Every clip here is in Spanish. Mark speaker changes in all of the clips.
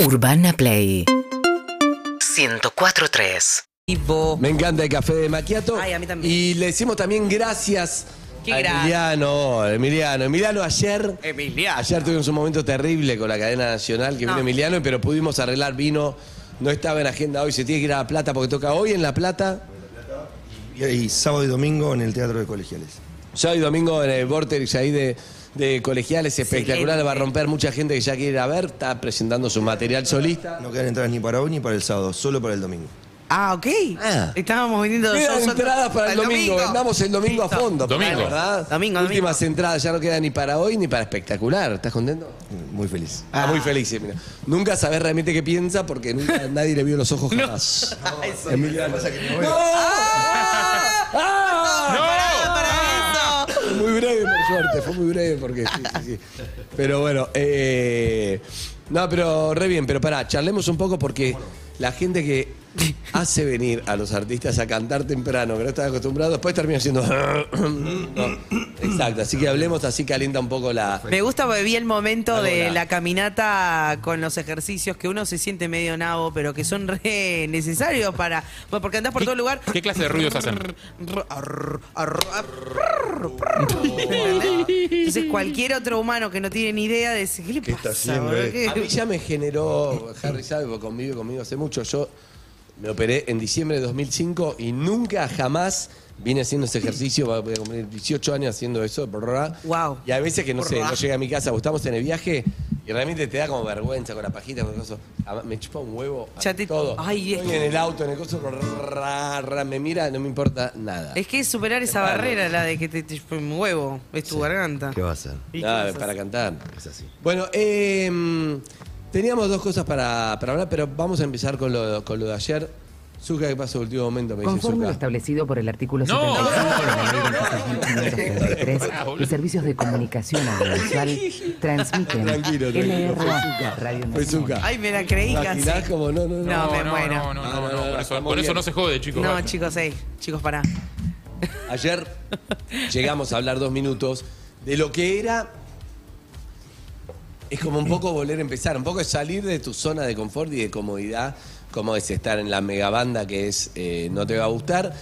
Speaker 1: Urbana Play 104.3
Speaker 2: Tipo.
Speaker 3: Oh. Me encanta el café de Maquiato.
Speaker 2: Ay, a mí también.
Speaker 3: Y le decimos también gracias
Speaker 2: Qué
Speaker 3: a
Speaker 2: gracias.
Speaker 3: Emiliano, Emiliano. Emiliano ayer.
Speaker 2: Emiliano.
Speaker 3: Ayer tuvimos un momento terrible con la cadena nacional que
Speaker 2: No.
Speaker 3: vino Emiliano, pero pudimos arreglar, vino, no estaba en agenda hoy, se tiene que ir a La Plata porque toca hoy en La Plata.
Speaker 4: Y, y sábado y domingo en el Teatro de Colegiales.
Speaker 3: Ya hoy domingo en el Vortex ahí de, de colegiales, espectacular,
Speaker 2: Excelente.
Speaker 3: va a romper mucha gente que ya quiere ir a ver, está presentando su material solista.
Speaker 4: No quedan entradas ni para hoy ni para el sábado, solo para el domingo.
Speaker 2: Ah, ok.
Speaker 3: Ah.
Speaker 2: Estábamos vendiendo
Speaker 3: Quedan
Speaker 2: nosotros-
Speaker 3: entradas para el domingo, vendamos el domingo a
Speaker 2: Listo.
Speaker 3: fondo,
Speaker 5: Domingo.
Speaker 3: ¿verdad?
Speaker 2: Domingo,
Speaker 3: Últimas entradas, ya no queda ni para hoy ni para espectacular, ¿estás contento?
Speaker 4: Muy feliz.
Speaker 3: Ah, muy feliz, sí, mira. Nunca sabés realmente qué piensa porque nunca nadie le vio los ojos jamás.
Speaker 4: Emiliano, pasa que me voy.
Speaker 3: ¡Ah!
Speaker 2: ¡Ah! Pará, pará, eso.
Speaker 3: Fue Muy breve, por suerte, fue muy breve porque sí, sí, sí. Pero bueno, eh, no, pero re bien, pero pará, charlemos un poco porque la gente que hace venir a los artistas a cantar temprano, que no están acostumbrados, después termina siendo... No, exacto, así que hablemos, así calienta un poco la...
Speaker 2: Me gusta porque vi el momento
Speaker 3: Hola.
Speaker 2: de la caminata con los ejercicios que uno se siente medio nabo, pero que son re necesarios para. bueno, porque andás por todo lugar.
Speaker 5: ¿Qué clase de ruidos hacen?
Speaker 2: Arr, arr, arr, arr. Entonces, cualquier otro humano que no tiene ni idea de si- qué le
Speaker 4: ¿Qué está
Speaker 2: pasa,
Speaker 4: haciendo,
Speaker 2: boludo?
Speaker 4: eh?
Speaker 2: ¿Qué-
Speaker 3: A mí ya me generó, Harry sabe, porque convive conmigo hace mucho, yo me operé en diciembre de 2005 y nunca jamás vine haciendo ese ejercicio, voy a cumplir 18 años haciendo eso, brrra.
Speaker 2: Guau.
Speaker 3: Y a veces que no sé,
Speaker 2: Brrra.
Speaker 3: no llegué a mi casa o estamos en el viaje y realmente te da como vergüenza con la pajita, con el coso. Jamás- Me chupa un huevo a
Speaker 2: Ya te-
Speaker 3: todo.
Speaker 2: Ay, es
Speaker 3: Estoy en el auto, en el coso, brrra, brrra, me mira, no me importa nada.
Speaker 2: Es que es superar esa barrera, la de que te, te fue un huevo, es tu garganta.
Speaker 4: ¿Qué va a hacer?
Speaker 2: ¿Y qué
Speaker 3: Nada,
Speaker 2: vas a
Speaker 3: para cantar.
Speaker 4: Es así.
Speaker 3: Bueno, eh, teníamos dos cosas para, para hablar, pero vamos a empezar con lo, con lo de ayer. Zuka, ¿qué pasó el último momento? Me dice
Speaker 6: Conforme lo
Speaker 3: Zuka.
Speaker 6: establecido por el artículo
Speaker 5: No,
Speaker 6: 75
Speaker 5: no, no,
Speaker 6: de la Ley
Speaker 5: no, no,
Speaker 6: 25.543 y servicios de comunicación audiovisual transmiten
Speaker 3: Tranquilo, tranquilo. Fue
Speaker 6: LRA, Radio
Speaker 3: Zuka. Fue
Speaker 6: Nacional.
Speaker 3: Zuka.
Speaker 2: Ay, me la creí casi.
Speaker 3: Imaginás como no, no, no.
Speaker 2: No, me
Speaker 5: no,
Speaker 2: muero.
Speaker 5: no, no,
Speaker 3: No,
Speaker 5: no,
Speaker 3: no,
Speaker 5: no,
Speaker 3: no,
Speaker 5: por eso,
Speaker 3: estamos
Speaker 5: por eso
Speaker 3: bien.
Speaker 5: no se jode, chicos.
Speaker 2: No,
Speaker 5: basta.
Speaker 2: chicos, ey, chicos, pará.
Speaker 3: Ayer llegamos a hablar dos minutos de lo que era. Es como un poco volver a empezar, un poco es salir de tu zona de confort y de comodidad, como es estar en la megabanda que es eh, no te va a gustar.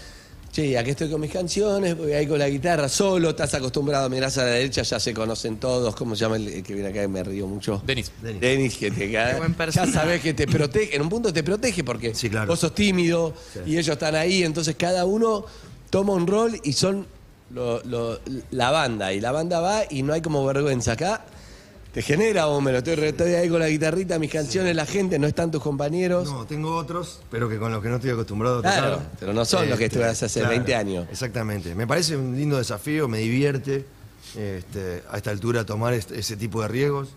Speaker 3: Che, aquí estoy con mis canciones, voy ahí con la guitarra solo, estás acostumbrado, mirás a la derecha, ya se conocen todos. ¿Cómo se llama el el que viene acá y me río mucho?
Speaker 5: Denis.
Speaker 4: Denis.
Speaker 3: Denis, que te
Speaker 2: Qué buen
Speaker 3: Ya
Speaker 2: personaje.
Speaker 3: sabes que te protege, en un punto te protege porque
Speaker 4: Sí, claro.
Speaker 3: vos sos tímido y ellos están ahí, entonces cada uno toma un rol y son lo- lo- la banda. Y la banda va y no hay como vergüenza. Acá te genera, hombre, estoy, re- estoy ahí con la guitarrita, mis canciones, la gente, no están tus compañeros.
Speaker 4: No, tengo otros, pero que con los que no estoy acostumbrado a
Speaker 3: Claro,
Speaker 4: tocar.
Speaker 3: pero no son los que estuvieras hace 20 años.
Speaker 4: Exactamente. Me parece un lindo desafío, me divierte este, a esta altura tomar est- ese tipo de riesgos.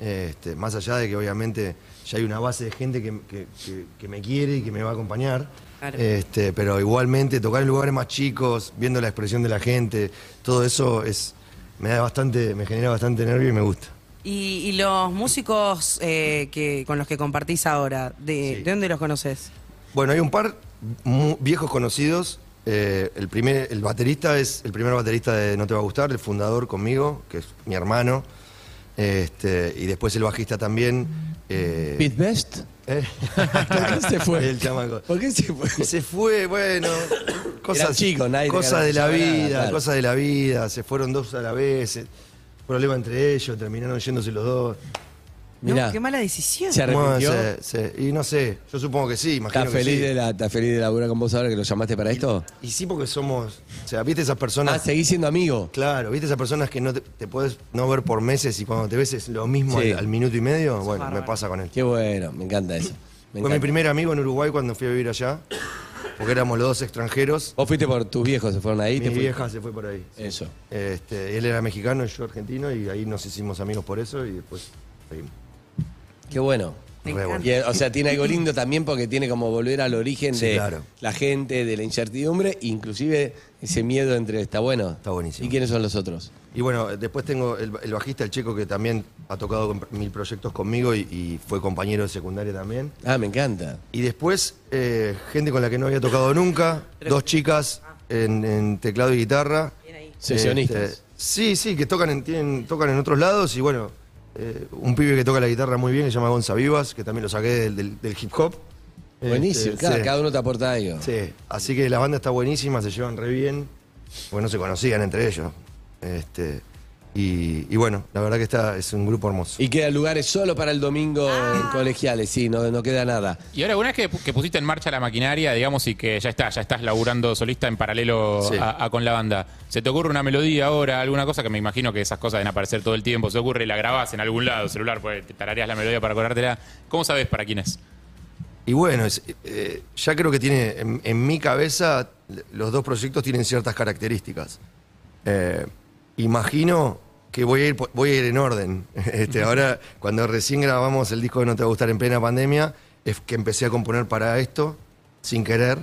Speaker 4: Este, más allá de que obviamente ya hay una base de gente que, que- que- que me quiere y que me va a acompañar.
Speaker 2: Claro.
Speaker 4: Este, pero igualmente tocar en lugares más chicos, viendo la expresión de la gente, todo eso es me da bastante, me genera bastante nervio y me gusta.
Speaker 2: Y, y los músicos eh, que con los que compartís ahora, ¿de,
Speaker 4: Sí.
Speaker 2: ¿de dónde los conoces?
Speaker 4: Bueno, hay un par mu- viejos conocidos. Eh, el, primer, el baterista es el primer baterista de No Te Va a Gustar, el fundador conmigo, que es mi hermano. Este, y después el bajista también. eh,
Speaker 3: Pit Best.
Speaker 4: eh,
Speaker 3: ¿Por qué se fue?
Speaker 4: El chamaco.
Speaker 3: ¿Por qué se fue?
Speaker 4: Se fue, bueno,
Speaker 3: Eran
Speaker 4: cosas,
Speaker 3: chicos, nadie
Speaker 4: cosas de la
Speaker 3: ganaba nada,
Speaker 4: vida,
Speaker 3: claro.
Speaker 4: cosas de la vida, se fueron dos a la vez, eh, problema entre ellos, terminaron yéndose los dos.
Speaker 3: Mirá,
Speaker 2: no, qué mala decisión.
Speaker 3: se arrepintió.
Speaker 4: Bueno, se- se- y no sé, yo supongo que sí, imagino
Speaker 3: ¿Estás
Speaker 4: que
Speaker 3: feliz,
Speaker 4: sí.
Speaker 3: de la- estás feliz de laburar con vos ahora que lo llamaste para esto?
Speaker 4: Y sí, porque somos. O sea, viste esas
Speaker 3: Ah,
Speaker 4: personas.
Speaker 3: seguís siendo amigo.
Speaker 4: Claro, viste esas personas que no te, te puedes no ver por meses y cuando te ves es lo mismo
Speaker 3: Sí.
Speaker 4: al, al minuto y medio. Bueno, me
Speaker 2: bárbaro.
Speaker 4: pasa con él.
Speaker 3: Qué bueno, me encanta eso. Me
Speaker 4: Fue mi
Speaker 3: encanta.
Speaker 4: primer amigo en Uruguay cuando fui a vivir allá, porque éramos los dos extranjeros.
Speaker 3: Vos fuiste por tus viejos, se fueron ahí.
Speaker 4: Mi
Speaker 3: te fuiste.
Speaker 4: vieja se fue por ahí. sí.
Speaker 3: Eso.
Speaker 4: Este, él era mexicano y yo argentino y ahí nos hicimos amigos por eso y después seguimos.
Speaker 3: Qué bueno.
Speaker 2: Me
Speaker 4: Re
Speaker 2: encanta.
Speaker 3: Y, eh, o sea, tiene algo lindo también porque tiene como volver al origen
Speaker 4: Sí,
Speaker 3: de
Speaker 4: claro.
Speaker 3: la gente, de la incertidumbre, inclusive ese miedo entre está bueno.
Speaker 4: Está buenísimo.
Speaker 3: ¿Y quiénes son los otros?
Speaker 4: Y bueno, después tengo el, el bajista, el chico que también ha tocado con- mil proyectos conmigo y, y fue compañero de secundaria también.
Speaker 3: Ah, me encanta.
Speaker 4: Y después, eh, gente con la que no había tocado nunca, dos chicas en, en teclado y guitarra.
Speaker 2: Bien ahí.
Speaker 3: Sesionistas.
Speaker 4: Este, sí, sí, que tocan en, tienen- tocan en otros lados y bueno, eh, un pibe que toca la guitarra muy bien, que se llama Gonza Vivas, que también lo saqué del, del- del hip hop.
Speaker 3: Buenísimo,
Speaker 4: Este,
Speaker 3: claro,
Speaker 4: sí.
Speaker 3: cada uno te aporta algo.
Speaker 4: Sí, así que la banda está buenísima, se llevan re bien, pues no se conocían entre ellos. Este, y, y bueno, la verdad que está, es un grupo hermoso.
Speaker 3: Y quedan lugares solo para el domingo en colegiales, sí, no, no queda nada.
Speaker 1: Y ahora, una vez que, que pusiste en marcha la maquinaria, digamos, y que ya está, ya estás laburando solista en paralelo
Speaker 4: Sí.
Speaker 1: a, a con la banda, ¿se te ocurre una melodía ahora, alguna cosa que me imagino que esas cosas deben aparecer todo el tiempo? ¿Se te ocurre y la grabás en algún lado, celular, pues te tarareas la melodía para acordártela? ¿Cómo sabes para quién es?
Speaker 4: Y bueno, es- eh, ya creo que tiene, en, en mi cabeza, los dos proyectos tienen ciertas características. Eh, imagino que voy a ir, po- voy a ir en orden. Este, ahora, cuando recién grabamos el disco de No Te Va a Gustar en plena pandemia, es que empecé a componer para esto, sin querer.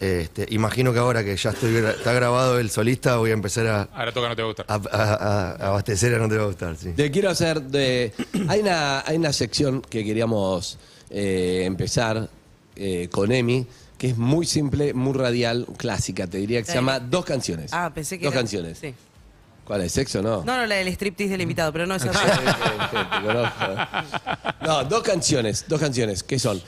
Speaker 4: Este, imagino que ahora que ya estoy, gra- está grabado el solista, voy a empezar a,
Speaker 1: Ahora toca, no te va a gustar.
Speaker 4: a- a- a abastecer a No Te Va a Gustar. Sí.
Speaker 3: Te quiero hacer de. Hay una, hay una sección que queríamos eh, empezar eh, con Emi, que es muy simple, muy radial, clásica, te diría, que se llama Dos canciones.
Speaker 2: Ah, pensé que
Speaker 3: Dos
Speaker 2: era-
Speaker 3: canciones.
Speaker 2: sí.
Speaker 3: ¿Cuál es? ¿Sexo no?
Speaker 2: No, no, la del striptease del invitado, pero no es
Speaker 3: Sí, sí, sí, te conozco. No, dos canciones, dos canciones, ¿qué son?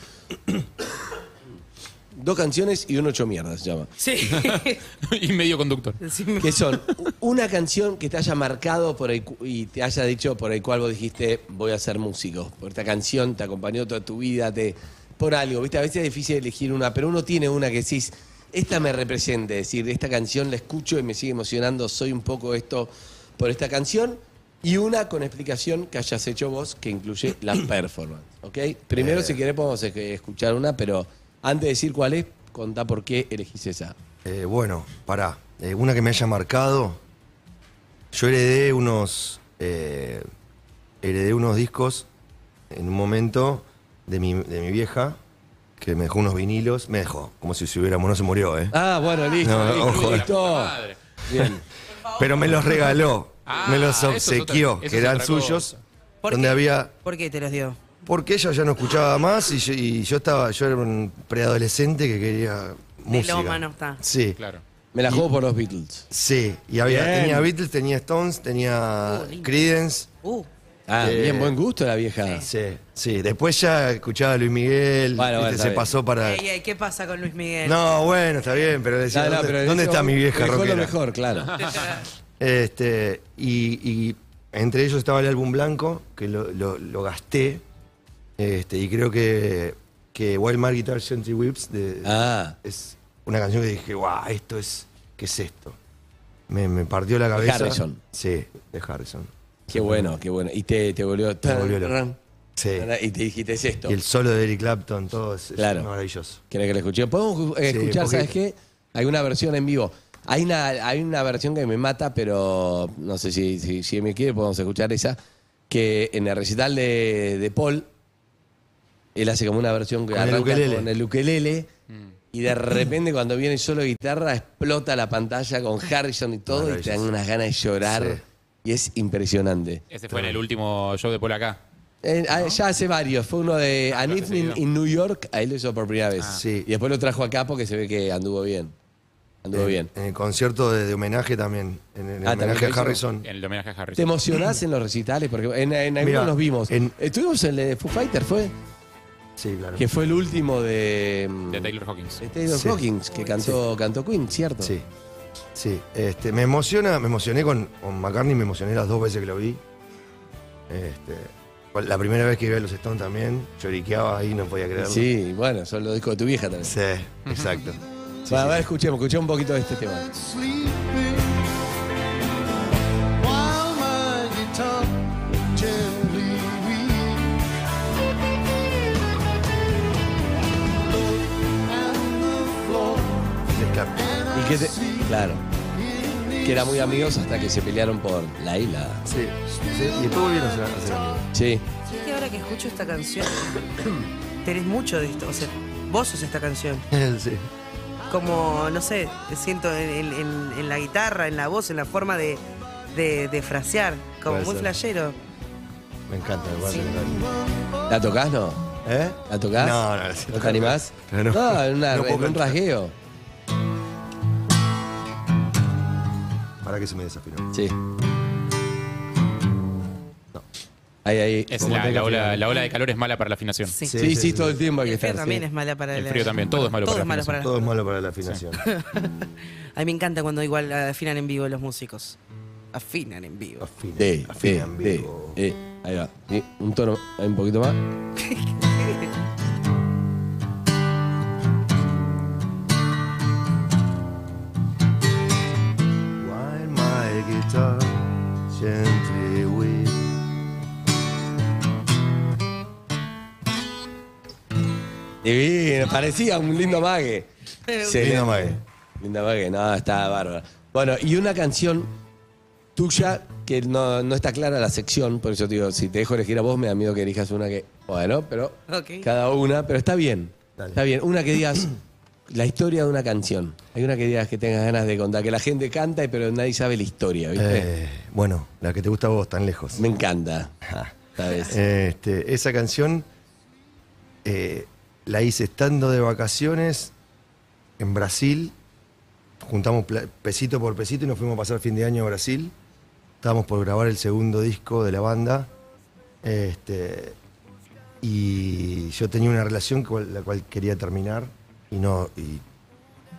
Speaker 3: Dos canciones y un ocho mierdas se llama.
Speaker 2: Sí.
Speaker 1: y medio conductor.
Speaker 2: Sí, me-
Speaker 3: Que son una canción que te haya marcado por el cu- y te haya dicho por el cual vos dijiste voy a ser músico. Por esta canción te acompañó toda tu vida, te por algo, viste, a veces es difícil elegir una, pero uno tiene una que decís, esta me representa, es decir, esta canción la escucho y me sigue emocionando, soy un poco esto por esta canción, y una con explicación que hayas hecho vos que incluye la Eh. performance. ¿Ok? Primero, si querés, podemos es- escuchar una, pero antes de decir cuál es, contá por qué elegís esa.
Speaker 4: Eh, bueno, pará. Eh, una que me haya marcado. Yo heredé unos. eh, heredé unos discos en un momento de mi, de mi vieja que me dejó unos vinilos. Me dejó, como si se hubiéramos, no se murió, ¿eh?
Speaker 3: Ah, bueno, listo.
Speaker 4: No,
Speaker 3: listo,
Speaker 4: ojo.
Speaker 3: listo.
Speaker 1: Madre.
Speaker 3: Bien.
Speaker 4: Pero me los regaló.
Speaker 1: Ah,
Speaker 4: me
Speaker 1: eso
Speaker 4: los
Speaker 1: es otra-
Speaker 4: obsequió,
Speaker 1: eso es
Speaker 4: que eran
Speaker 1: otra cosa.
Speaker 4: suyos.
Speaker 2: ¿Por
Speaker 4: Donde
Speaker 2: qué?
Speaker 4: había.
Speaker 2: ¿Por qué te los dio?
Speaker 4: Porque ella ya no escuchaba más y yo, y yo estaba. Yo era un preadolescente que quería música.
Speaker 2: Melómano, está.
Speaker 4: Sí.
Speaker 1: Claro.
Speaker 3: Me la juego por los Beatles.
Speaker 4: Sí, y había,
Speaker 3: Bien.
Speaker 4: tenía Beatles, tenía Stones, tenía
Speaker 2: Uh, lindo.
Speaker 4: Creedence.
Speaker 2: Uh,
Speaker 3: Ah,
Speaker 4: Eh,
Speaker 3: bien, buen gusto la vieja.
Speaker 4: Sí, sí. Después ya escuchaba a Luis Miguel,
Speaker 3: Ah. Bueno,
Speaker 4: viste,
Speaker 3: bueno, está
Speaker 4: se
Speaker 3: bien.
Speaker 4: pasó para.
Speaker 2: ey, ey, ¿qué pasa con Luis Miguel?
Speaker 4: No, bueno, está bien, pero le decía,
Speaker 3: No, no,
Speaker 4: ¿dónde,
Speaker 3: pero en
Speaker 4: dónde
Speaker 3: ese
Speaker 4: está mi
Speaker 3: momento
Speaker 4: vieja
Speaker 3: dejó lo
Speaker 4: rockera?
Speaker 3: mejor, claro.
Speaker 4: Este, y, y entre ellos estaba el álbum blanco, que lo, lo- lo gasté. Este, y creo que, que Wild Mar Guitar Gentry Whips de-
Speaker 3: Ah,
Speaker 4: es una canción que dije, guau, esto es. ¿Qué es esto? Me, me partió la cabeza.
Speaker 3: Harrison.
Speaker 4: Sí, de Harrison.
Speaker 3: qué bueno, qué bueno. Y te, te volvió...
Speaker 4: Me volvió loco.
Speaker 3: ran,
Speaker 4: Sí.
Speaker 3: ran, Y te dijiste, es esto.
Speaker 4: Y el solo de Eric Clapton, todo es, es
Speaker 3: Claro.
Speaker 4: maravilloso.
Speaker 3: ¿Querés que lo escuché? Podemos eh,
Speaker 4: Sí,
Speaker 3: escuchar,
Speaker 4: porque-
Speaker 3: ¿sabes qué? Hay una versión en vivo. Hay una, hay una versión que me mata, pero no sé si, si, si me quiere, podemos escuchar esa. Que en el recital de, de Paul, él hace como una versión que
Speaker 4: Con el
Speaker 3: arranca
Speaker 4: ukelele.
Speaker 3: con el ukelele. Y de repente, cuando viene solo guitarra, explota la pantalla con Harrison y todo, y te dan
Speaker 4: Maravilloso.
Speaker 3: unas ganas de llorar.
Speaker 4: Sí.
Speaker 3: Y es impresionante.
Speaker 1: Ese fue en el último show de Paul acá.
Speaker 3: Eh, ah, Ya hace varios. Fue uno de An
Speaker 1: Ah, hace Ah.
Speaker 3: Evening
Speaker 1: seguido.
Speaker 3: in New York. Ahí lo hizo por primera vez.
Speaker 4: Sí.
Speaker 3: Y después lo trajo acá porque se ve que anduvo bien. Anduvo
Speaker 4: En-
Speaker 3: bien.
Speaker 4: En el concierto de, de homenaje también. En el
Speaker 3: Ah,
Speaker 4: homenaje
Speaker 3: también lo
Speaker 4: a Harrison.
Speaker 1: En el homenaje a Harris.
Speaker 3: ¿Te emocionás en los recitales? Porque en, en algunos
Speaker 4: Mira,
Speaker 3: nos vimos.
Speaker 4: en-
Speaker 3: Estuvimos en el de Foo Fighter, ¿fue?
Speaker 4: Sí, claro.
Speaker 3: Que fue el último de. mm,
Speaker 1: De Taylor Hawkins.
Speaker 3: de Taylor
Speaker 4: Sí.
Speaker 3: Hawkins, que cantó, cantó Queen, ¿cierto?
Speaker 4: Sí. Sí. Este, me emociona, me emocioné con, con McCartney, me emocioné las dos veces que lo vi. Este, cual- la primera vez que vi a los Stones también, lloriqueaba ahí, no podía creerlo.
Speaker 3: Sí, bueno, son los discos de tu vieja también.
Speaker 4: Sí, exacto.
Speaker 3: Va, a ver, escuchemos, escuchemos un poquito de este tema.
Speaker 5: sleeping while my guitar gently weeps. Look at the floor
Speaker 4: Sí, claro.
Speaker 5: and
Speaker 3: Y
Speaker 5: I
Speaker 3: que te-
Speaker 5: see
Speaker 3: Claro,
Speaker 5: it
Speaker 3: que eran muy amigos hasta que se pelearon por la isla.
Speaker 4: Sí, sí, Y después volvieron a ser, a ser amigos.
Speaker 3: Sí.
Speaker 2: ¿Sabés que ahora que escucho esta canción, tenés mucho de esto? O sea, vos sos esta canción.
Speaker 4: Sí.
Speaker 2: Como, no sé, te siento en, en- en- en la guitarra, en la voz, en la forma de, de, de frasear. Como
Speaker 4: Puede
Speaker 2: muy
Speaker 4: ser.
Speaker 2: flashero.
Speaker 4: Me encanta el barrio.
Speaker 3: ¿La tocás, no?
Speaker 4: ¿Eh?
Speaker 3: ¿La tocás?
Speaker 4: No, no, sí,
Speaker 3: ¿No te animás?
Speaker 4: No,
Speaker 3: No,
Speaker 4: no.
Speaker 3: en, una-
Speaker 4: No puedo
Speaker 3: en un
Speaker 4: cantar.
Speaker 3: rasgueo.
Speaker 4: Para que se me desafinó.
Speaker 3: Sí. Ahí, ahí.
Speaker 1: Es
Speaker 3: como
Speaker 1: la,
Speaker 3: te
Speaker 1: la ola,
Speaker 3: diga.
Speaker 1: la ola de calor es mala para la afinación.
Speaker 2: Sí.
Speaker 3: Sí, sí, todo el tiempo hay que
Speaker 2: El frío
Speaker 3: estar.
Speaker 2: también
Speaker 3: sí.
Speaker 2: es mala para
Speaker 1: El
Speaker 2: la-
Speaker 1: frío también, todo es malo
Speaker 2: todo
Speaker 1: para
Speaker 2: es
Speaker 1: la
Speaker 2: malo para la-
Speaker 4: Todo es malo para la afinación.
Speaker 2: A mí me encanta cuando igual afinan en vivo los músicos. Afinan en vivo.
Speaker 4: Afina,
Speaker 3: De,
Speaker 4: afina
Speaker 3: de,
Speaker 4: en
Speaker 3: de,
Speaker 4: vivo.
Speaker 3: eh, Ahí va. Y Un tono, ahí un poquito más.
Speaker 4: While my guitar gently weeps.
Speaker 3: Divino, parecía un lindo mague. Excelente.
Speaker 4: Lindo mague.
Speaker 3: Linda mague, no, está bárbaro. Bueno, y una canción tuya que no, no está clara la sección, por eso te digo, si te dejo elegir a vos, me da miedo que elijas una que. Bueno, pero.
Speaker 2: Ok.
Speaker 3: Cada una, pero está bien.
Speaker 4: Dale.
Speaker 3: Está bien. Una que digas la historia de una canción. Hay una que digas que tengas ganas de contar, que la gente canta, pero nadie sabe la historia, ¿viste?
Speaker 4: Eh, bueno, la que te gusta a vos, tan lejos.
Speaker 3: Me encanta. ¿Sabes?
Speaker 4: Este, esa canción eh, la hice estando de vacaciones en Brasil. Juntamos pla- pesito por pesito y nos fuimos a pasar fin de año a Brasil. Estábamos por grabar el segundo disco de la banda. Este, y yo tenía una relación con la cual quería terminar y no, y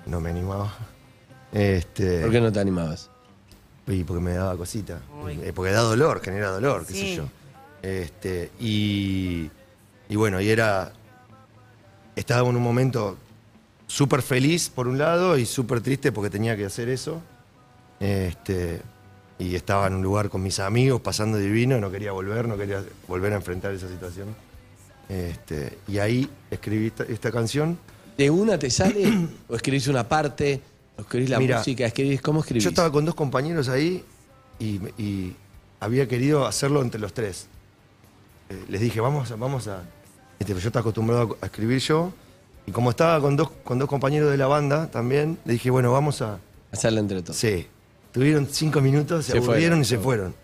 Speaker 4: no me animaba. Este,
Speaker 3: ¿Por qué no te animabas?
Speaker 4: y porque me daba cosita.
Speaker 2: Ay.
Speaker 4: Eh, Porque da dolor, genera dolor, qué
Speaker 2: Sí.
Speaker 4: sé yo. Este, y, y bueno, y era. Estaba en un momento súper feliz por un lado y súper triste porque tenía que hacer eso. Este, y estaba en un lugar con mis amigos pasando divino, no quería volver, no quería volver a enfrentar esa situación. Este, y ahí escribí esta, esta canción.
Speaker 3: ¿De una te sale? ¿O escribís una parte? ¿O escribís la
Speaker 4: Mira,
Speaker 3: música? ¿Escribís? ¿Cómo escribís?
Speaker 4: Yo estaba con dos compañeros ahí y, me- y había querido hacerlo entre los tres. Eh, les dije, vamos, a- vamos a. este, yo estaba acostumbrado a escribir yo. Y como estaba con dos, con dos compañeros de la banda también, le dije, bueno, vamos a.
Speaker 3: Hacerla entre todos.
Speaker 4: Sí. Tuvieron cinco minutos, se,
Speaker 3: Se fueron.
Speaker 4: aburrieron y se fueron.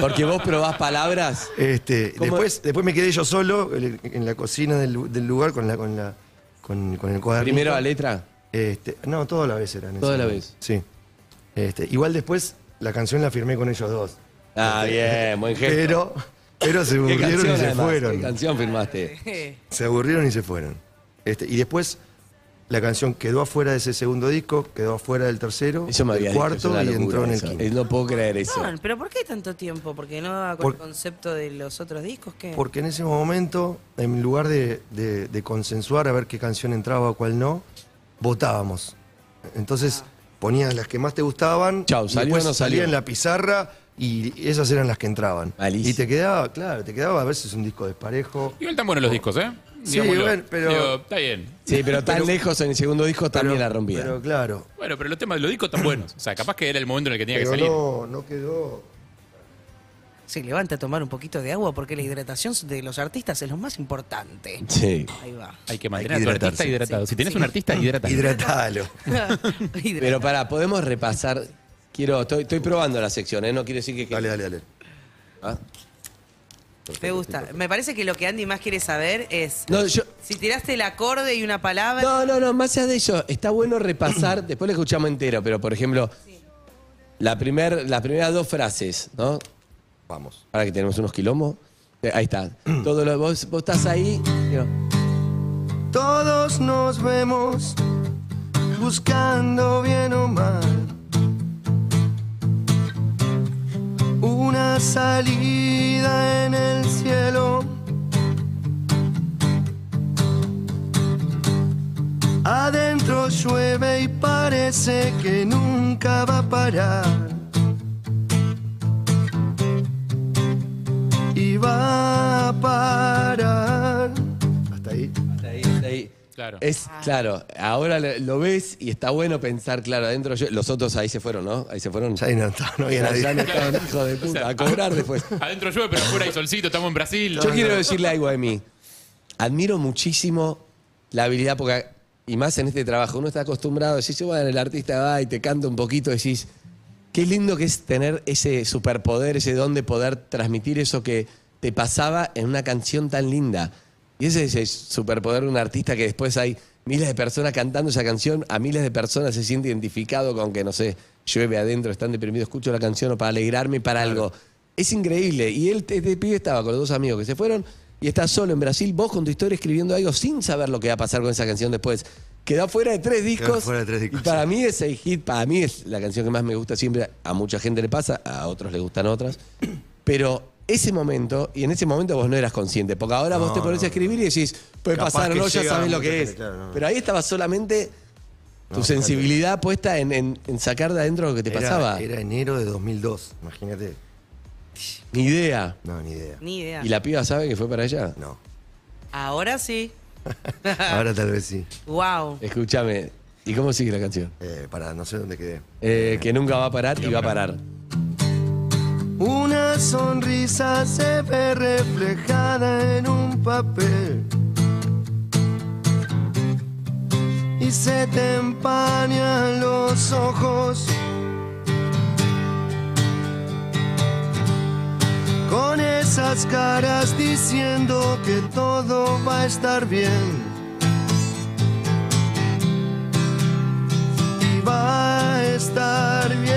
Speaker 3: Porque vos probás palabras.
Speaker 4: Este,
Speaker 3: ¿Cómo?
Speaker 4: después, después me quedé yo solo en en la cocina del, lu- del lugar con la, con la. Con, con el cuadernito.
Speaker 3: Primero la letra.
Speaker 4: Este, no, toda la vez eran.
Speaker 3: Toda la vez.
Speaker 4: Sí. Este, igual después la canción la firmé con ellos dos.
Speaker 3: Ah, bien, buen gesto.
Speaker 4: Pero, pero se
Speaker 3: ¿Qué
Speaker 4: aburrieron y se
Speaker 3: además? ¿Qué
Speaker 4: fueron.
Speaker 3: canción firmaste?
Speaker 4: Se aburrieron y se fueron. Este, y después la canción quedó afuera de ese segundo disco, quedó afuera del tercero,
Speaker 3: Eso me había
Speaker 4: del
Speaker 3: dicho,
Speaker 4: cuarto
Speaker 3: es una
Speaker 4: y
Speaker 3: locura
Speaker 4: entró en el
Speaker 3: eso.
Speaker 4: quinto.
Speaker 3: Eh, No puedo creer eso.
Speaker 2: Perdón, pero ¿por qué tanto tiempo? Porque no va con
Speaker 4: Por-
Speaker 2: el concepto de los otros discos que
Speaker 4: Porque en ese momento, en lugar de, de- de consensuar a ver qué canción entraba o cuál no, votábamos. Entonces ponías las que más te gustaban,
Speaker 3: Chau,
Speaker 4: y
Speaker 3: ¿salió
Speaker 4: después
Speaker 3: o no salió?
Speaker 4: salía en la pizarra y esas eran las que entraban.
Speaker 3: Malísimo.
Speaker 4: Y te quedaba, claro, te quedaba a ver si es un disco desparejo.
Speaker 1: Igual están buenos los discos, ¿eh?
Speaker 4: Sí,
Speaker 1: Digámoslo.
Speaker 4: bueno, pero-
Speaker 1: Digo, está bien.
Speaker 3: Sí, pero tan lejos en el segundo disco también la rompía.
Speaker 4: Pero claro,
Speaker 1: Bueno, pero los temas de los discos están buenos. O sea, capaz que era el momento en el que tenía que
Speaker 4: pero
Speaker 1: salir.
Speaker 4: no, no quedó.
Speaker 2: se levanta a tomar un poquito de agua porque la hidratación de los artistas es lo más importante.
Speaker 3: Sí.
Speaker 2: Ahí va.
Speaker 1: Hay que mantener
Speaker 4: Hay que
Speaker 1: a tu artista
Speaker 4: hidratarse.
Speaker 1: hidratado.
Speaker 2: Sí,
Speaker 1: Si tenés
Speaker 2: sí.
Speaker 1: un artista, hidratado.
Speaker 4: Hidratalo.
Speaker 2: Hidra-
Speaker 3: Pero pará, podemos repasar. Quiero, estoy, estoy probando la sección, ¿eh? No quiere decir que.
Speaker 4: Dale, dale, dale.
Speaker 3: Ah.
Speaker 2: Me gusta. Me parece que lo que Andy más quiere saber es
Speaker 3: No, yo-
Speaker 2: si tiraste el acorde y una palabra.
Speaker 3: No, no, no, más allá de eso, está bueno repasar, después lo escuchamos entero, pero por ejemplo, la primer, las primeras dos frases, ¿no?
Speaker 4: Vamos.
Speaker 3: Ahora que tenemos unos quilombos. Eh, Ahí está. Todo lo, vos, vos estás ahí. digo,
Speaker 4: Todos nos vemos buscando bien o mal una salida en el cielo. Adentro llueve y parece que nunca va a parar. Y va a parar. Hasta ahí.
Speaker 3: Está ahí, está ahí.
Speaker 1: Claro.
Speaker 3: Es,
Speaker 4: Ah.
Speaker 3: claro, ahora lo, lo ves y está bueno pensar, claro, adentro yo- los otros ahí se fueron, ¿no? Ahí se fueron.
Speaker 4: Ya ahí no, está- no había
Speaker 3: Ya- ya no
Speaker 4: nadie.
Speaker 3: estaban, hijo de puta, a cobrar después.
Speaker 1: Adentro llueve, pero afuera hay solcito, estamos en Brasil.
Speaker 3: Yo quiero decirle algo a mí. Admiro muchísimo la habilidad, porque, y más en este trabajo, uno está acostumbrado, decís, bueno, el artista va y te canta un poquito, decís, qué lindo que es tener ese superpoder, ese don de poder transmitir eso que te pasaba en una canción tan linda. Y ese es el superpoder de un artista que después hay miles de personas cantando esa canción, a miles de personas se siente identificado con que, no sé, llueve adentro, están deprimidos, escucho la canción o para alegrarme para algo. Es increíble. Y él, este pibe estaba con los dos amigos que se fueron y está solo en Brasil, vos con tu historia escribiendo algo sin saber lo que va a pasar con esa canción después. Quedó fuera de tres discos.
Speaker 4: fuera de tres discos,
Speaker 3: Y para
Speaker 4: sí.
Speaker 3: mí ese hit, para mí es la canción que más me gusta siempre. A mucha gente le pasa, a otros le gustan otras. Pero ese momento, y en ese momento vos no eras consciente, porque ahora vos
Speaker 4: No,
Speaker 3: te pones
Speaker 4: no,
Speaker 3: a escribir y decís, puede
Speaker 4: Capaz
Speaker 3: pasar o
Speaker 4: que
Speaker 3: no, ya
Speaker 4: llega
Speaker 3: sabés lo
Speaker 4: mucha
Speaker 3: que
Speaker 4: gente,
Speaker 3: es.
Speaker 4: claro, no.
Speaker 3: Pero ahí estaba solamente tu
Speaker 4: No,
Speaker 3: sensibilidad puesta en, en- en sacar de adentro lo que te
Speaker 4: Era-
Speaker 3: pasaba.
Speaker 4: Era enero de 2002, imagínate.
Speaker 3: Ni idea.
Speaker 4: No, ni idea.
Speaker 2: Ni idea.
Speaker 3: ¿Y la piba sabe que fue para allá?
Speaker 4: No.
Speaker 2: Ahora sí.
Speaker 4: Ahora tal vez sí.
Speaker 2: Wow.
Speaker 3: Escúchame. ¿Y cómo sigue la canción?
Speaker 4: Eh, pará, no sé dónde quedé.
Speaker 3: Eh, que nunca va a parar y va a parar.
Speaker 5: Una sonrisa se ve reflejada en un papel y se te empañan los ojos con esas caras diciendo que todo va a estar bien. Y va a estar bien.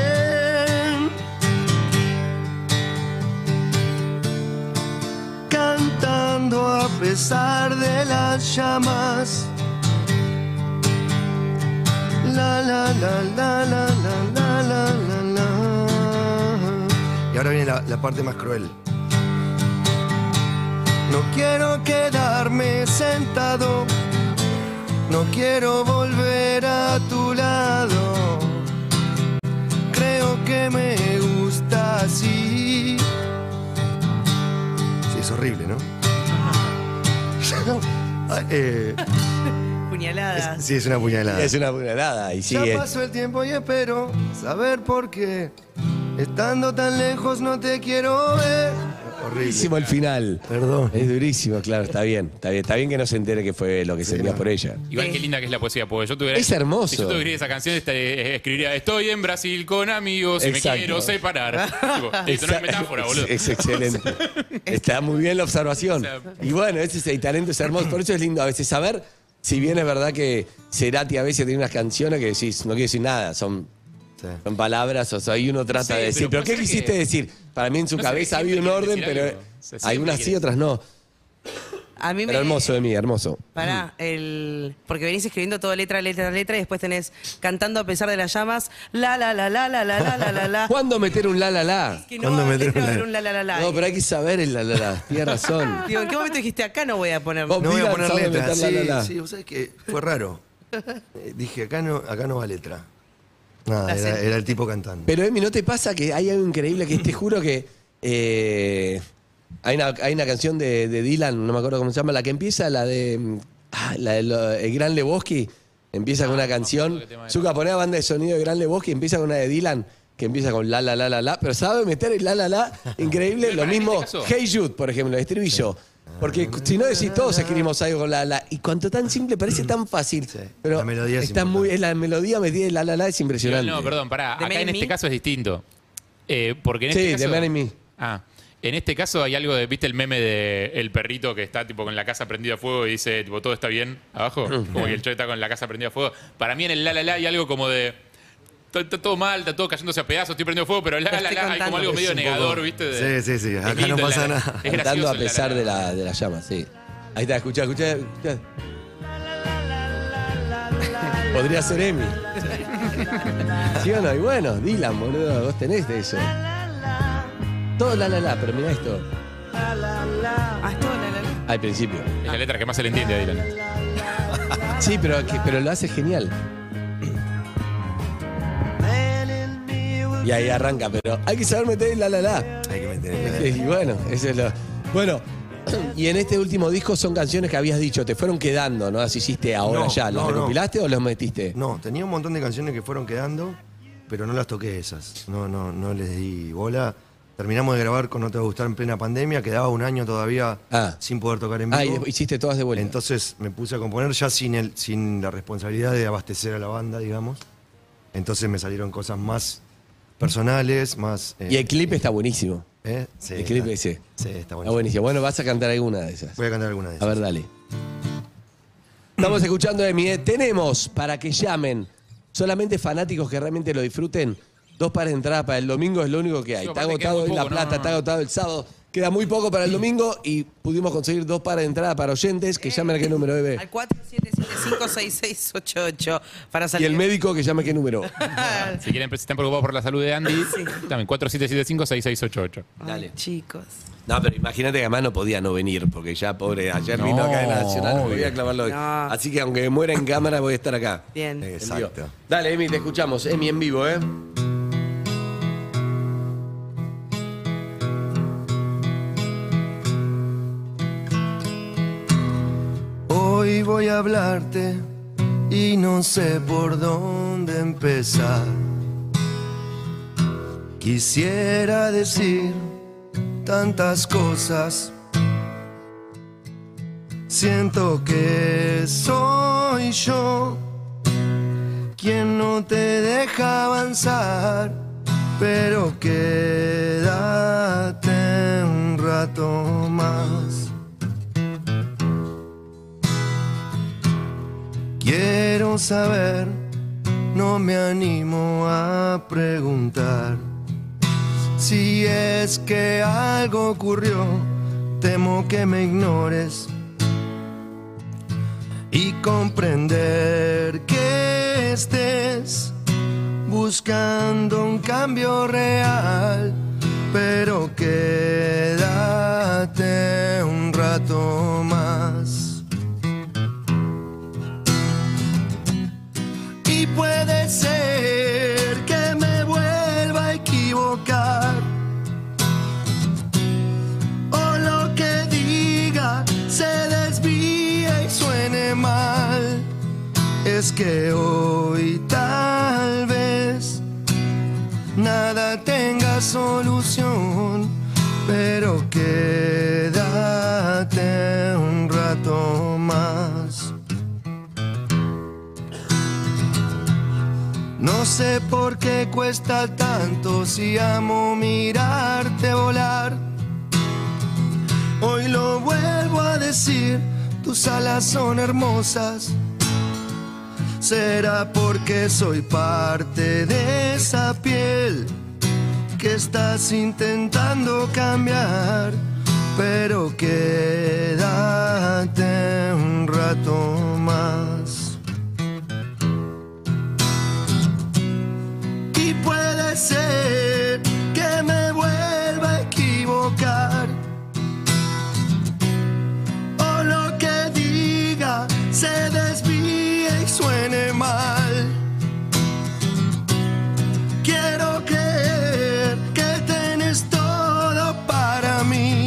Speaker 5: cantando a pesar de las llamas. La la la la la la la la la la.
Speaker 4: Y ahora viene la, la parte más cruel.
Speaker 5: No quiero quedarme sentado, no quiero volver a tu lado. Creo que me gusta así.
Speaker 4: Sí, es horrible, ¿no? Ah, eh,
Speaker 2: Puñalada.
Speaker 4: sí, es una puñalada.
Speaker 3: Es una puñalada y sigue.
Speaker 5: Ah. Ya pasó el tiempo y espero saber por qué. Estando tan lejos no te quiero ver.
Speaker 4: Horrible.
Speaker 3: Durísimo el final.
Speaker 4: Perdón.
Speaker 3: Es durísimo, claro, está bien, está bien. Está bien que no se entere que fue lo que sentía
Speaker 4: no.
Speaker 3: por ella.
Speaker 1: Igual qué linda que es la poesía, porque yo tuviera.
Speaker 3: Es hermoso.
Speaker 1: Si yo tuviera esa canción, esta- eh, escribiría Estoy en Brasil con amigos y me
Speaker 3: Exacto.
Speaker 1: quiero separar. Tipo, Eso no es metáfora, boludo.
Speaker 3: Es, excelente. Está muy bien la observación. Y bueno, ese es el talento es hermoso. Por eso es lindo a veces saber, si bien es verdad que Cerati a veces tiene unas canciones que decís, no quiere decir nada, son,
Speaker 4: Sí.
Speaker 3: son palabras, o sea, ahí uno trata
Speaker 1: Sí,
Speaker 3: de
Speaker 1: pero
Speaker 3: decir, pero,
Speaker 1: puede
Speaker 3: ¿qué
Speaker 1: ser
Speaker 3: quisiste
Speaker 1: que-
Speaker 3: decir? Para mí en su
Speaker 1: No sé,
Speaker 3: cabeza
Speaker 1: siempre
Speaker 3: había un
Speaker 1: quiere
Speaker 3: orden,
Speaker 1: decir
Speaker 3: pero
Speaker 1: algo. O sea, siempre
Speaker 3: algunas sí,
Speaker 1: quiere.
Speaker 3: otras no.
Speaker 2: A mí me.
Speaker 3: Pero hermoso de mí, hermoso.
Speaker 2: Pará, el, porque venís escribiendo todo letra, letra, letra y después tenés cantando a pesar de las llamas. La, la, la, la, la, la, la, la, la, la.
Speaker 3: ¿Cuándo meter un la la la?
Speaker 2: Que
Speaker 4: ¿Cuándo
Speaker 2: va a
Speaker 4: me
Speaker 2: tener que
Speaker 4: tengo
Speaker 2: haber
Speaker 4: la-
Speaker 2: un la, la, la, la.
Speaker 3: No, pero hay que saber el la la la. Tienes razón.
Speaker 2: Digo, ¿en qué momento dijiste acá no voy a poner?
Speaker 3: Vos-
Speaker 4: No voy a
Speaker 3: Dylan
Speaker 4: poner
Speaker 3: sabe
Speaker 4: letra.
Speaker 3: meter la,
Speaker 4: Sí,
Speaker 3: la, la.
Speaker 4: sí, vos sabés que fue raro. Eh, Dije, acá no, acá no va letra. Nada,
Speaker 2: La
Speaker 4: era,
Speaker 2: sentí.
Speaker 4: era el tipo cantando.
Speaker 3: Pero Emi, ¿no te pasa que hay algo increíble que te juro que eh, hay, una, hay una canción de, de Dylan, no me acuerdo cómo se llama, la que empieza, la de, mm, ah, la de lo- el Gran Lebowski, empieza
Speaker 1: Ah,
Speaker 3: con una canción.
Speaker 1: qué tema era.
Speaker 3: Zuka ponía banda de sonido de Gran Lebowski, empieza con una de Dylan que empieza con la la la la la, pero sabe meter el la la la, increíble,
Speaker 1: Pero
Speaker 3: lo
Speaker 1: para, en
Speaker 3: mismo
Speaker 1: este caso-
Speaker 3: Hey Jude, por ejemplo, el estribillo. Porque si no decís todos escribimos algo con la la y cuanto tan simple parece tan fácil,
Speaker 4: Sí,
Speaker 3: pero
Speaker 4: la melodía es
Speaker 3: está muy
Speaker 4: importante.
Speaker 3: es la melodía metida en la la la es impresionante.
Speaker 1: No, perdón, pará.
Speaker 2: ¿De
Speaker 1: Acá
Speaker 2: Man
Speaker 1: en
Speaker 2: in
Speaker 1: este
Speaker 2: Me?
Speaker 1: caso es distinto. Eh, porque en
Speaker 3: Sí,
Speaker 1: este
Speaker 3: de
Speaker 1: caso.
Speaker 3: Man in Me.
Speaker 1: Ah. En este caso hay algo de, ¿viste el meme de el perrito que está tipo con la casa prendida a fuego y dice, tipo, todo está bien abajo?
Speaker 4: Mm.
Speaker 1: Como que el chat está con la casa prendida a fuego. Para mí en el la la la hay algo como de. "Está- Está todo mal, está todo cayéndose a pedazos, estoy prendido fuego, pero la
Speaker 2: Lo
Speaker 1: la la,
Speaker 2: estoy
Speaker 1: hay como
Speaker 2: cantando.
Speaker 1: algo
Speaker 2: Es
Speaker 1: medio
Speaker 2: un
Speaker 1: negador, ¿viste? De-
Speaker 4: Sí, sí, sí,
Speaker 1: es
Speaker 4: acá
Speaker 1: lindo
Speaker 4: no
Speaker 1: el
Speaker 4: pasa
Speaker 1: la, la.
Speaker 4: nada.
Speaker 1: Es
Speaker 3: Cantando
Speaker 1: gracioso
Speaker 3: a
Speaker 1: el la, la,
Speaker 3: pesar
Speaker 1: la.
Speaker 3: de, la, de las llamas, sí. Ahí está, escuchá, escuchá, escuchá. Podría ser Emi. ¿Sí o no? Y bueno, Dylan, boludo, vos tenés de eso. Todo la la la, pero mirá esto.
Speaker 2: Ah, estuvo la, la, la.
Speaker 3: Al principio.
Speaker 1: Es la letra que más se le entiende a Dylan.
Speaker 3: Sí, pero, que- pero lo hace genial. Y ahí arranca, pero hay que saber meter el la la la.
Speaker 4: Hay que meter ¿eh? el-
Speaker 3: Y bueno, eso es lo. Bueno, y en este último disco son canciones que habías dicho, te fueron quedando, ¿no? Las hiciste ahora
Speaker 4: No,
Speaker 3: ya. ¿Las
Speaker 4: no, no.
Speaker 3: recopilaste o las metiste?
Speaker 4: No, tenía un montón de canciones que fueron quedando, pero no las toqué esas. No, no, no les di bola. Terminamos de grabar con No Te Va a Gustar en plena pandemia, quedaba un año todavía
Speaker 3: Ah.
Speaker 4: sin poder tocar en
Speaker 3: Ah, y
Speaker 4: vivo.
Speaker 3: hiciste todas de vuelta.
Speaker 4: Entonces me puse a componer ya sin, el, sin la responsabilidad de abastecer a la banda, digamos. Entonces me salieron cosas más personales, más... eh,
Speaker 3: y el clip está buenísimo.
Speaker 4: ¿eh? Sí,
Speaker 3: el clip
Speaker 4: está-
Speaker 3: ese.
Speaker 4: Sí, está
Speaker 3: Está
Speaker 4: bueno.
Speaker 3: buenísimo. Bueno, vas a cantar alguna de esas.
Speaker 4: Voy a cantar alguna de
Speaker 3: A
Speaker 4: esas.
Speaker 3: ver, dale. Estamos E. escuchando de Tenemos para que llamen solamente fanáticos que realmente lo disfruten. Dos pares de entradas para el domingo es lo único que hay.
Speaker 1: Sí,
Speaker 3: está
Speaker 1: aparte queda
Speaker 3: agotado hoy
Speaker 1: muy
Speaker 3: La
Speaker 1: poco,
Speaker 3: Plata,
Speaker 1: no, no,
Speaker 3: está
Speaker 1: no.
Speaker 3: agotado el sábado. Queda muy poco para el domingo y pudimos conseguir dos pares de entradas para oyentes, que llamen a qué número, E bebé.
Speaker 2: Al 47756688 para
Speaker 3: Y
Speaker 2: salir.
Speaker 3: el médico que llame a qué número.
Speaker 1: Si quieren, si están preocupados por la salud de Andy, también 4775-6688.
Speaker 3: Dale.
Speaker 2: Chicos.
Speaker 3: No, pero imagínate que además no podía no venir, porque ya, pobre, ayer
Speaker 1: No,
Speaker 3: vino acá de la Nacional, no
Speaker 1: obvio.
Speaker 3: podía clavarlo hoy.
Speaker 2: No.
Speaker 3: Así que aunque muera en cámara, voy a estar acá.
Speaker 2: Bien.
Speaker 3: Exacto.
Speaker 7: Exacto.
Speaker 3: Dale, Emi, te escuchamos. Emi en vivo, ¿eh?
Speaker 4: Hoy voy a hablarte y no sé por dónde empezar. Quisiera decir tantas cosas. Siento que soy yo quien no te deja avanzar, pero quédate un rato más. Quiero saber, no me animo a preguntar. Si es que algo ocurrió, temo que me ignores. Y comprender que estés buscando un cambio real, pero quédate un rato más. Y puede ser que me vuelva a equivocar. O lo que diga se desvía y suene mal. Es que hoy tal vez nada tenga solución. Pero quédate un rato más. No sé por qué cuesta tanto si amo mirarte volar. Hoy lo vuelvo a decir, tus alas son hermosas. Será porque soy parte de esa piel que estás intentando cambiar, pero quédate un rato más. Y puede ser que me vuelva a equivocar. O lo que diga se desvíe y suene mal. Quiero creer que tienes todo para mí.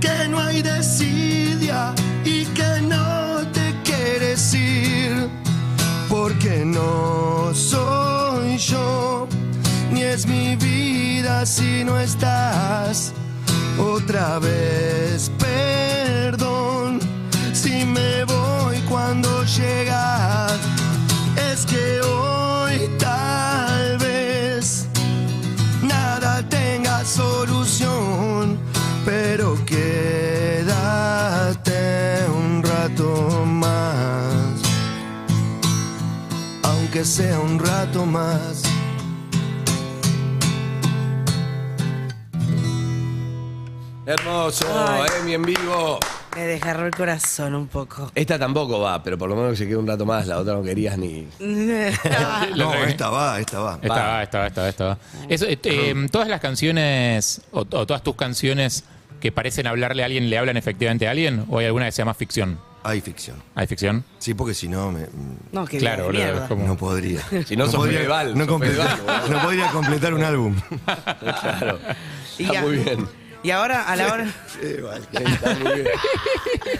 Speaker 4: Que no hay desidia y que no te quieres ir porque no soy yo, ni es mi vida si no estás. Otra vez, perdón, si me voy cuando llegas. Es que hoy tal vez nada tenga solución, pero quédate un rato más aunque sea un rato más.
Speaker 3: Hermoso, Emi en vivo.
Speaker 2: Me desgarró el corazón un poco.
Speaker 3: Esta tampoco va, pero por lo menos que se quede un rato más. La otra no querías ni. Ah.
Speaker 7: No, esta va, esta
Speaker 3: Eh.
Speaker 7: va.
Speaker 1: Esta va, esta va, esta va, esta va. Eso, eh, eh, todas las canciones, o, o todas tus canciones que parecen hablarle a alguien, ¿le hablan efectivamente a alguien? ¿O hay alguna que sea más ficción?
Speaker 7: Hay ficción.
Speaker 1: ¿Hay ficción?
Speaker 7: Sí, porque si no, me-
Speaker 2: no, que
Speaker 1: claro, boludo, es como-
Speaker 7: no podría.
Speaker 3: Si no, sos medieval,
Speaker 7: no,
Speaker 3: sos
Speaker 7: comple-
Speaker 3: medieval, boludo.
Speaker 7: no podría completar un álbum.
Speaker 3: Claro.
Speaker 2: Y
Speaker 3: Está
Speaker 2: ya.
Speaker 3: muy bien.
Speaker 2: Y ahora, a la hora.
Speaker 3: Está muy bien.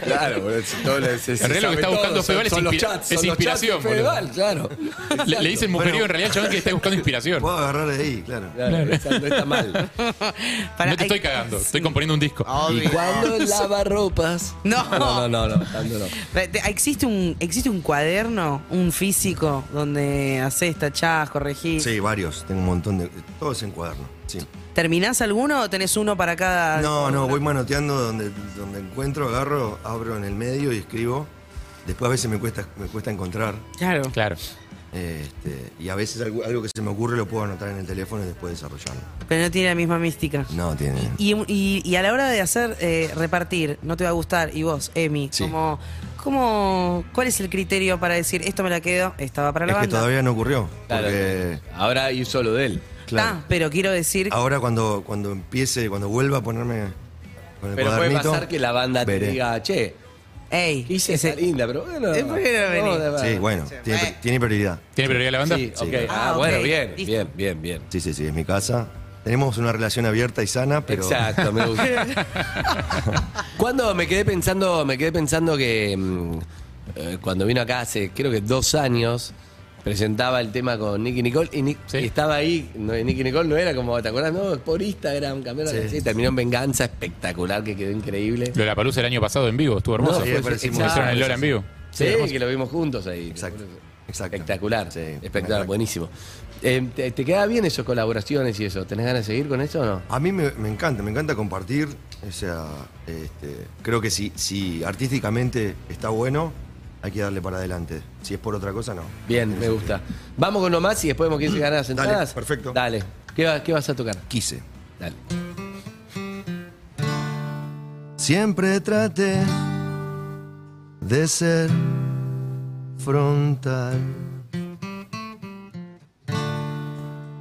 Speaker 3: Claro, boludo, si todo lo- se- se
Speaker 1: En realidad lo
Speaker 3: sabe
Speaker 1: que está
Speaker 3: todo,
Speaker 1: buscando
Speaker 3: son-
Speaker 1: Fedeval es
Speaker 3: son los
Speaker 1: inspira-
Speaker 3: chats, son
Speaker 1: es
Speaker 3: los chats de
Speaker 1: inspiración, boludo.
Speaker 3: Fedeval, claro.
Speaker 1: Le, le dicen mujerío,
Speaker 7: Bueno.
Speaker 1: en realidad el chabón que está buscando inspiración.
Speaker 7: Puedo agarrar de ahí, claro.
Speaker 3: Claro, exacto, no está mal.
Speaker 2: Para-
Speaker 1: no te
Speaker 2: hay-
Speaker 1: estoy cagando, estoy componiendo un disco.
Speaker 3: Y cuando lava ropas.
Speaker 2: No.
Speaker 3: No, no, no, no, tanto no.
Speaker 2: Re- te- Existe un, existe un cuaderno, un físico, donde haces, tachás, corregís.
Speaker 7: Sí, varios. Tengo un montón de. Todos en cuaderno. Sí.
Speaker 2: ¿Terminás alguno o tenés uno para cada.?
Speaker 7: No, no, voy manoteando donde, donde encuentro, agarro, abro en el medio y escribo. Después a veces me cuesta, me cuesta encontrar.
Speaker 2: Claro.
Speaker 1: Claro.
Speaker 4: Este, y a veces algo, algo que se me ocurre lo puedo anotar en el teléfono y después desarrollarlo.
Speaker 2: Pero no tiene la misma mística.
Speaker 4: No, tiene.
Speaker 2: Y, y- y a la hora de hacer eh, repartir, no te va a gustar, y vos, Emi,
Speaker 4: Sí.
Speaker 2: como, como, ¿cuál es el criterio para decir esto me la quedo, esta va para la
Speaker 4: Es que
Speaker 2: banda?
Speaker 4: todavía no ocurrió.
Speaker 3: Claro,
Speaker 4: porque-
Speaker 3: Ahora hay solo de él.
Speaker 4: claro.
Speaker 2: Ah, pero quiero decir,
Speaker 4: Ahora cuando, cuando empiece, cuando vuelva a ponerme con el
Speaker 3: Pero puede
Speaker 4: cuadernito,
Speaker 3: pasar que la banda te
Speaker 4: veré.
Speaker 3: diga, che,
Speaker 2: hey,
Speaker 3: hice esa linda, pero bueno.
Speaker 2: Eh, ¿por qué no venís?
Speaker 3: de verdad.
Speaker 4: Sí, bueno, tiene, pri- tiene prioridad.
Speaker 1: ¿Tiene prioridad la banda?
Speaker 3: Sí, ok.
Speaker 2: Ah,
Speaker 3: Ah,
Speaker 2: ok,
Speaker 3: bueno, bien,
Speaker 2: listo.
Speaker 3: bien, bien, bien.
Speaker 4: Sí, sí, sí, es mi casa. Tenemos una relación abierta y sana, pero
Speaker 3: Exacto, me gusta. cuando me quedé pensando, me quedé pensando que mm, eh, cuando vino acá hace creo que dos años, presentaba el tema con Nicky Nicole y, Ni-
Speaker 1: Sí.
Speaker 3: y estaba ahí, no, y Nicky Nicole no era como, ¿te acuerdas? No, por Instagram, cambió la
Speaker 4: Sí.
Speaker 3: canción y terminó en venganza espectacular que quedó increíble.
Speaker 1: Lo de la palusa el año pasado en vivo, estuvo hermoso.
Speaker 4: No, sí,
Speaker 1: Fue-
Speaker 4: aparecimos-
Speaker 1: lo hicieron en Lola en vivo.
Speaker 3: Sí,
Speaker 1: hermoso.
Speaker 3: que lo vimos juntos ahí.
Speaker 4: Exacto, exacto.
Speaker 3: Espectacular.
Speaker 4: Sí,
Speaker 3: espectacular,
Speaker 4: exacto.
Speaker 3: buenísimo. Eh, ¿te, te queda bien esas colaboraciones y eso? ¿Tenés ganas de seguir con eso o no?
Speaker 4: a mí me, me encanta, me encanta compartir. O sea, este, creo que si, si artísticamente está bueno, hay que darle para adelante. Si es por otra cosa, no.
Speaker 3: Bien, me gusta. Vamos con nomás y después vemos quién se gana las
Speaker 4: Dale,
Speaker 3: entradas.
Speaker 4: perfecto.
Speaker 3: Dale. ¿Qué, va- qué vas a tocar?
Speaker 4: Quise.
Speaker 3: Dale.
Speaker 4: Siempre traté de ser frontal,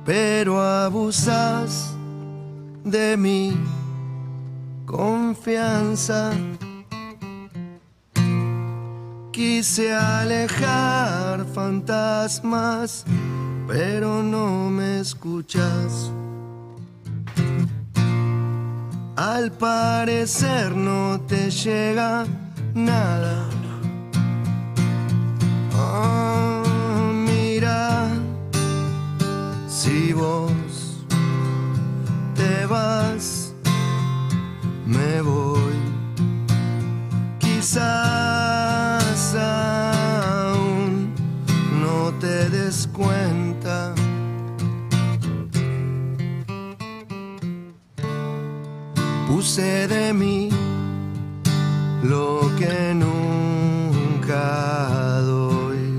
Speaker 4: pero abusas de mi confianza. Quise alejar fantasmas, pero no me escuchas. Al parecer no te llega nada. Ah, mira, si vos te vas, me voy. Quizás aún no te des cuenta. puse de mí lo que nunca doy.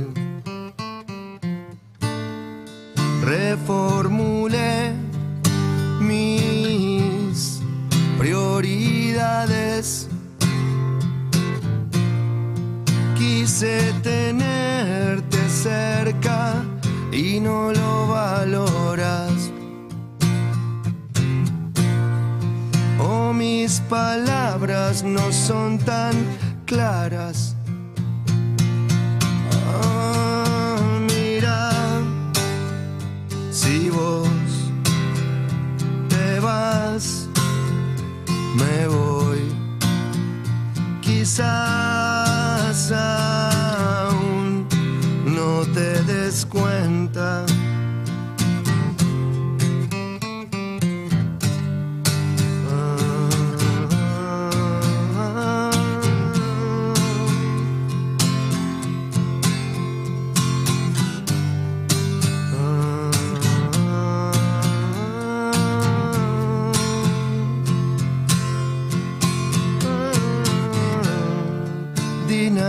Speaker 4: Reformulé mis prioridades. Quise tenerte cerca y no lo valoras. Oh, mis palabras no son tan claras. Ah, mira, si vos te vas, me voy. Quizás aún no te des cuenta.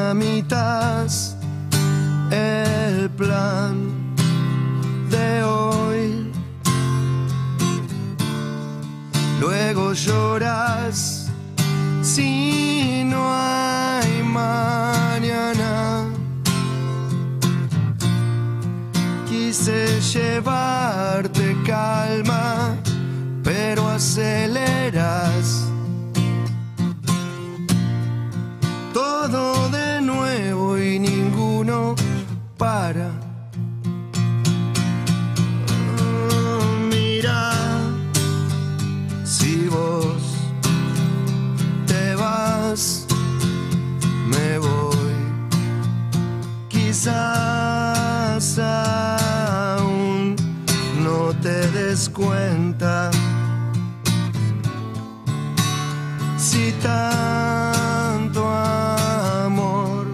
Speaker 4: Dinamitas el plan de hoy. Luego lloras si no hay mañana. Quise llevarte calma, pero aceleras todo de nuevo y ninguno para. Ah, Mira, si vos te vas, me voy. Quizás aún no te des cuenta. Si tanto amor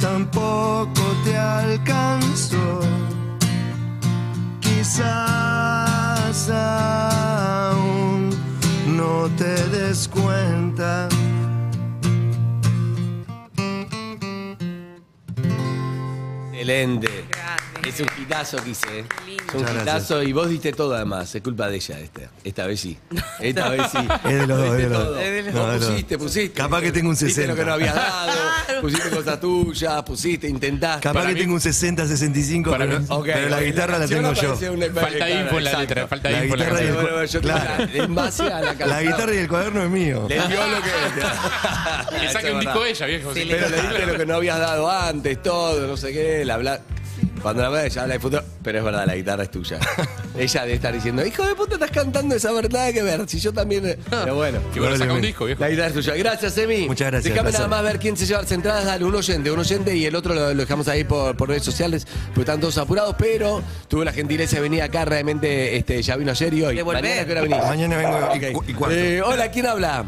Speaker 4: tampoco te alcanzó quizás aún no te des cuenta.
Speaker 3: El Excelente.
Speaker 2: Grande.
Speaker 3: Es un hitazo que hice. ¿eh?
Speaker 2: lindo.
Speaker 3: Es un
Speaker 4: Muchas gracias.
Speaker 3: hitazo y vos diste todo además. Es culpa de ella esta. Esta vez sí. Esta vez sí.
Speaker 4: Es de los dos,
Speaker 3: Diste
Speaker 4: es de los dos.
Speaker 3: todo.
Speaker 4: Es de los
Speaker 3: Vos
Speaker 4: dos. No, no.
Speaker 3: pusiste, pusiste.
Speaker 4: Capaz que tengo un
Speaker 3: Diste lo que
Speaker 4: 60.
Speaker 3: no habías dado. Pusiste cosas tuyas, pusiste, intentaste.
Speaker 4: Capaz
Speaker 1: Para
Speaker 4: que
Speaker 1: mí-
Speaker 4: tengo un 60, 65,
Speaker 1: Para
Speaker 4: pero,
Speaker 1: mí-
Speaker 3: Ok,
Speaker 4: pero la
Speaker 3: ok,
Speaker 4: guitarra la
Speaker 3: canción
Speaker 4: tengo yo.
Speaker 3: apareció una-
Speaker 1: Falta
Speaker 3: claro,
Speaker 1: info en la
Speaker 3: exacto.
Speaker 1: letra, falta
Speaker 4: La
Speaker 1: info en la
Speaker 4: guitarra
Speaker 1: canción.
Speaker 4: y el
Speaker 3: Bueno, bueno, yo
Speaker 4: Claro.
Speaker 3: te- en base a la canción.
Speaker 4: La guitarra y el cuaderno es mío.
Speaker 3: Le dio lo que.
Speaker 1: Que saque un disco ella, viejo. sí.
Speaker 3: Pero le diste lo que no habías dado antes, todo, no sé qué, la bla. Cuando la ves, ya habla de futuro. Pero es verdad, la guitarra es tuya. Ella debe estar diciendo, hijo de puta, estás cantando esa verdad que ver. Si yo también. Pero bueno.
Speaker 1: Que bueno, saca un disco, viejo.
Speaker 3: La guitarra es tuya. Gracias, Emi.
Speaker 4: Ah. Muchas gracias,
Speaker 3: Déjame nada
Speaker 4: placer.
Speaker 3: más ver quién se lleva las entradas. Dale, un oyente, un oyente y el otro lo, lo dejamos ahí por, por redes sociales, porque están todos apurados. Pero tuve la gentileza de venir acá, realmente este, ya vino ayer y hoy.
Speaker 2: De volver.
Speaker 3: Mañana, ¿qué hora venís?
Speaker 4: Mañana vengo y cu-
Speaker 3: Ok.
Speaker 4: y cuarto.
Speaker 3: Eh, hola, ¿quién habla?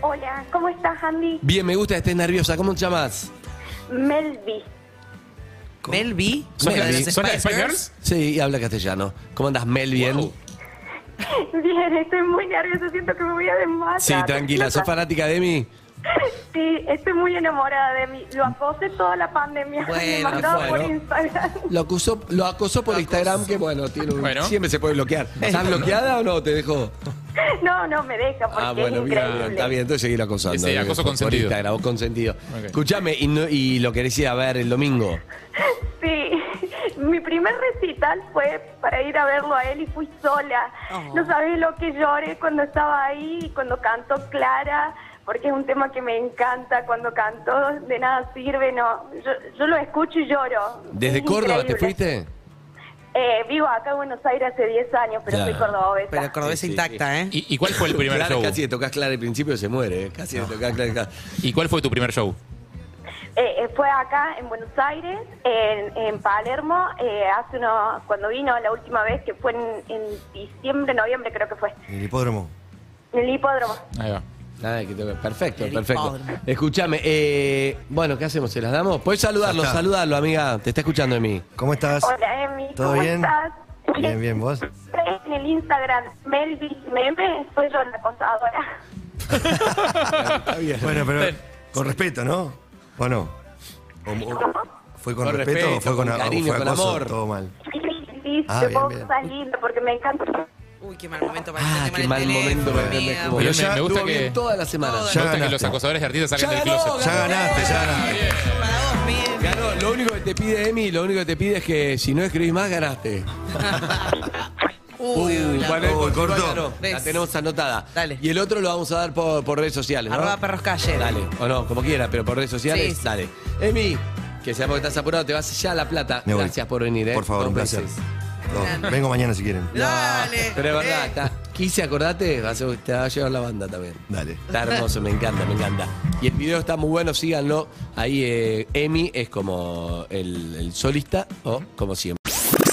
Speaker 8: Hola, ¿cómo estás, Andy?
Speaker 3: Bien, me gusta que estés nerviosa. ¿Cómo te llamas?
Speaker 8: Melvi.
Speaker 2: Mel B.
Speaker 3: Mel
Speaker 2: la de
Speaker 3: B.
Speaker 2: los
Speaker 1: ¿Son las
Speaker 2: Spice
Speaker 1: Spice
Speaker 2: Girls?
Speaker 1: Girls?
Speaker 3: Sí, y habla castellano. ¿Cómo andas, Mel? Bien.
Speaker 1: Wow.
Speaker 8: Bien, estoy muy nerviosa, siento que me voy a desmayar.
Speaker 3: Sí, tranquila. ¿Sos fanática de mí?
Speaker 8: Sí, estoy muy enamorada de mí. Lo acosé toda la pandemia. me
Speaker 2: Bueno,
Speaker 8: mandaba
Speaker 3: bueno.
Speaker 8: por Instagram.
Speaker 3: Lo acusó, lo acosó por Instagram, que bueno, tiene un-
Speaker 1: Bueno.
Speaker 3: siempre se puede bloquear. ¿Estás bloqueada o no? ¿Te dejó?
Speaker 8: No, no, me deja porque
Speaker 3: Ah, bueno,
Speaker 8: es
Speaker 3: bien,
Speaker 8: increíble.
Speaker 3: bien, está bien, entonces seguir acosando.
Speaker 1: Ese acoso
Speaker 3: Por-
Speaker 1: consentido.
Speaker 3: Por Instagram, vos consentido.
Speaker 1: Ok.
Speaker 3: Escuchame, y, no- y lo querés ir a ver el domingo.
Speaker 8: Sí, mi primer recital fue para ir a verlo a él y fui sola. No sabes lo que lloré cuando estaba ahí, y cuando cantó Clara, porque es un tema que me encanta. Cuando cantó De Nada Sirve, no. Yo, yo lo escucho y lloro.
Speaker 3: ¿Desde
Speaker 8: Es
Speaker 3: Córdoba te
Speaker 8: increíble.
Speaker 3: fuiste?
Speaker 8: Eh, vivo acá en Buenos Aires hace 10 años, pero
Speaker 3: Claro.
Speaker 8: soy cordobesa.
Speaker 2: Pero cordobesa
Speaker 3: Sí, sí,
Speaker 2: intacta, ¿eh?
Speaker 1: ¿Y, y cuál fue el primer
Speaker 3: Clara,
Speaker 1: show?
Speaker 3: casi le tocas Clara al principio se muere. eh. Casi le tocas Clara. Clara.
Speaker 1: ¿Y cuál fue tu primer show?
Speaker 8: Eh, eh, fue acá en Buenos Aires, en, en Palermo, eh, hace unos, cuando vino la última vez, que fue en, en diciembre, noviembre creo que fue,
Speaker 4: El hipódromo.
Speaker 8: en el hipódromo.
Speaker 1: Ahí va.
Speaker 3: Ah, que te- perfecto,
Speaker 2: El
Speaker 3: perfecto.
Speaker 2: hipódromo.
Speaker 3: Escúchame, eh, bueno, ¿qué hacemos? ¿Se las damos? Podés saludarlo,
Speaker 4: Ya está.
Speaker 3: saludarlo, amiga. Te está escuchando de mí.
Speaker 4: ¿Cómo estás?
Speaker 8: Hola Emi,
Speaker 4: ¿Todo
Speaker 8: ¿cómo
Speaker 4: bien?
Speaker 8: estás?
Speaker 4: Bien, bien, ¿vos?
Speaker 8: En el Instagram, Melvis Meme, soy yo la contadora.
Speaker 3: Está bien.
Speaker 4: Bueno, pero con respeto, ¿no? ¿O no? O- o- ¿Fue con,
Speaker 3: Con
Speaker 4: respeto,
Speaker 3: respeto,
Speaker 4: o fue con,
Speaker 3: con
Speaker 4: a- o
Speaker 3: cariño,
Speaker 4: fue
Speaker 3: con
Speaker 4: acoso?
Speaker 3: amor.
Speaker 4: Todo mal.
Speaker 8: Sí,
Speaker 4: Ah,
Speaker 8: te
Speaker 4: bien,
Speaker 8: puedo
Speaker 4: bien.
Speaker 8: salir porque me encanta.
Speaker 2: Uy, qué mal momento para
Speaker 3: Ah,
Speaker 2: el tema
Speaker 3: qué
Speaker 2: del
Speaker 3: mal
Speaker 2: teléfono,
Speaker 3: momento para este entender
Speaker 2: amiga.
Speaker 3: cómo-
Speaker 1: Pero
Speaker 3: Pero
Speaker 1: me-
Speaker 4: ya
Speaker 1: me gusta
Speaker 3: estuvo bien
Speaker 1: que,
Speaker 3: toda la semana.
Speaker 2: Toda
Speaker 1: me
Speaker 4: Ya
Speaker 1: gusta que
Speaker 4: ganaste.
Speaker 1: los acosadores de artistas salgan
Speaker 3: Ya
Speaker 1: del
Speaker 3: ganó,
Speaker 1: closet.
Speaker 4: Ya ganaste, ya ganaste.
Speaker 2: Para vos, Miguel.
Speaker 3: Ganó, lo único que te pide Emi, lo único que te pide es que si no escribís más, ganaste.
Speaker 2: Uy,
Speaker 3: Uh,
Speaker 2: la-
Speaker 3: bueno,
Speaker 4: Uy,
Speaker 3: continúa,
Speaker 4: cortó.
Speaker 3: ganó. La
Speaker 2: Ves.
Speaker 3: tenemos anotada.
Speaker 2: Dale.
Speaker 3: Y el otro lo vamos a dar por, por redes sociales. ¿no?
Speaker 2: Arroba perros calle.
Speaker 3: Dale, o no, como quiera, pero por redes sociales,
Speaker 2: Sí, sí.
Speaker 3: dale. Emi, que sabemos que estás apurado, te vas ya a La Plata.
Speaker 4: Me voy.
Speaker 3: Gracias por venir, ¿eh?
Speaker 4: Por favor,
Speaker 3: Dos
Speaker 4: un placer.
Speaker 3: veces.
Speaker 4: Dos. Vengo mañana si quieren.
Speaker 2: Dale.
Speaker 3: Pero es verdad,
Speaker 2: Eh.
Speaker 3: está- quise, acordate, vas a- te va a llevar la banda también.
Speaker 4: Dale.
Speaker 3: Está hermoso, me encanta, me encanta. Y el video está muy bueno, síganlo. Ahí eh, Emi es como el, el solista o como siempre.